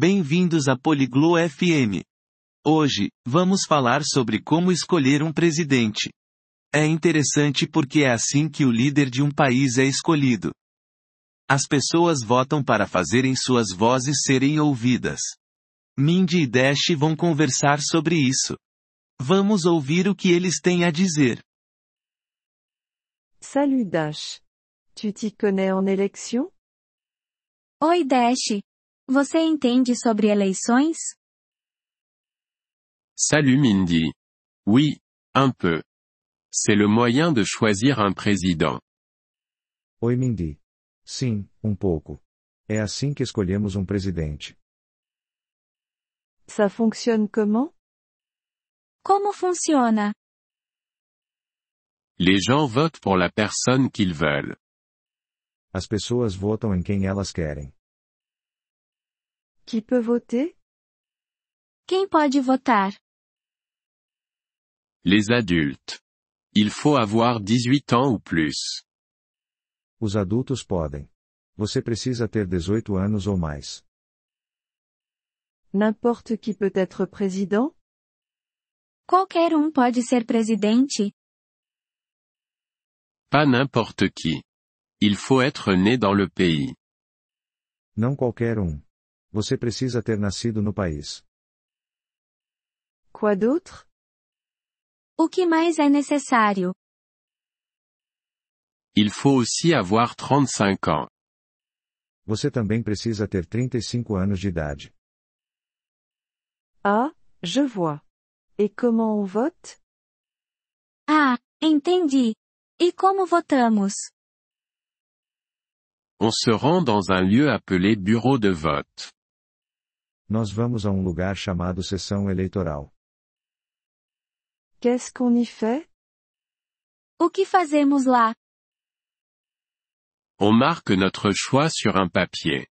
Bem-vindos à Poliglo FM. Hoje, vamos falar sobre como escolher um presidente. É interessante porque é assim que o líder de um país é escolhido. As pessoas votam para fazerem suas vozes serem ouvidas. Mindy e Dash vão conversar sobre isso. Vamos ouvir o que eles têm a dizer. Salut Dash. Tu t'y connais en élection Oi Dash. Você entende sobre eleições? Salut Mindy. Oui, un peu. C'est le moyen de choisir un président. Oi Mindy. Sim, um pouco. É assim que escolhemos um presidente. Ça fonctionne comment Como funciona? Les gens votent pour la personne qu'ils veulent. As pessoas votam em quem elas querem. Qui peut voter Quem pode votar? Les adultes. Il faut avoir 18 ans ou plus. Os adultos podem. Você precisa ter 18 anos ou mais. N'importe qui peut être président Qualquer um pode ser presidente? Pas n'importe qui. Il faut être né dans le pays. Não qualquer um. Você precisa ter nascido no país. Quoi d'autre O que mais é necessário? Il faut aussi avoir 35 ans. Você também precisa ter 35 anos de idade. Ah, je vois. Et comment on vote Ah, entendi. E como votamos? On se rend dans un lieu appelé bureau de vote. Nós vamos a um lugar chamado sessão eleitoral. Qu'est-ce qu'on y fait O que fazemos lá? On marque notre choix sur un papier.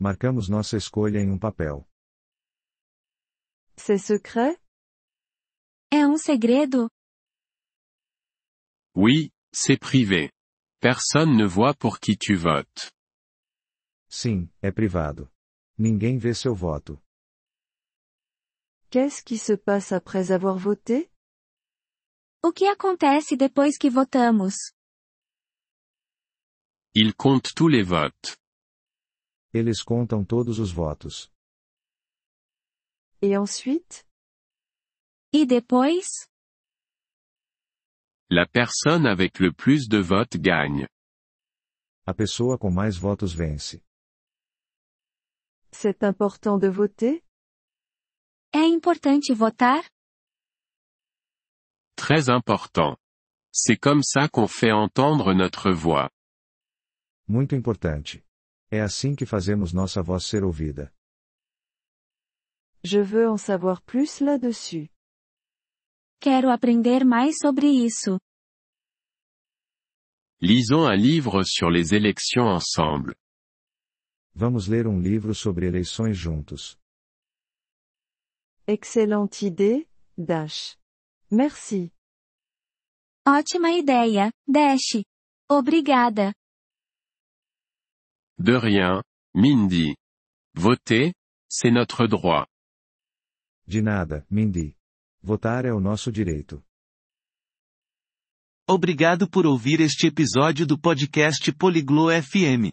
Marcamos nossa escolha em um papel. C'est secret É um segredo? Oui, c'est privé. Personne ne voit pour qui tu votes. Sim, é privado. Ninguém vê seu voto. Qu'est-ce qui se passe après avoir voté O que acontece depois que votamos? Il compte tous les votes. Eles contam todos os votos. Et ensuite E depois? La personne avec le plus de votes gagne. A pessoa com mais votos vence. C'est important de voter É importante votar? Très important. C'est comme ça qu'on fait entendre notre voix. Muito importante. É assim que fazemos nossa voz ser ouvida. Je veux en savoir plus là-dessus. Quero aprender mais sobre isso. Lisons un livre sur les élections ensemble. Vamos ler um livro sobre eleições juntos. Excellente idée, Dash. Merci. Ótima ideia, Dash. Obrigada. De rien, Mindy. Voter, c'est notre droit. De nada, Mindy. Votar é o nosso direito. Obrigado por ouvir este episódio do podcast Poliglo FM.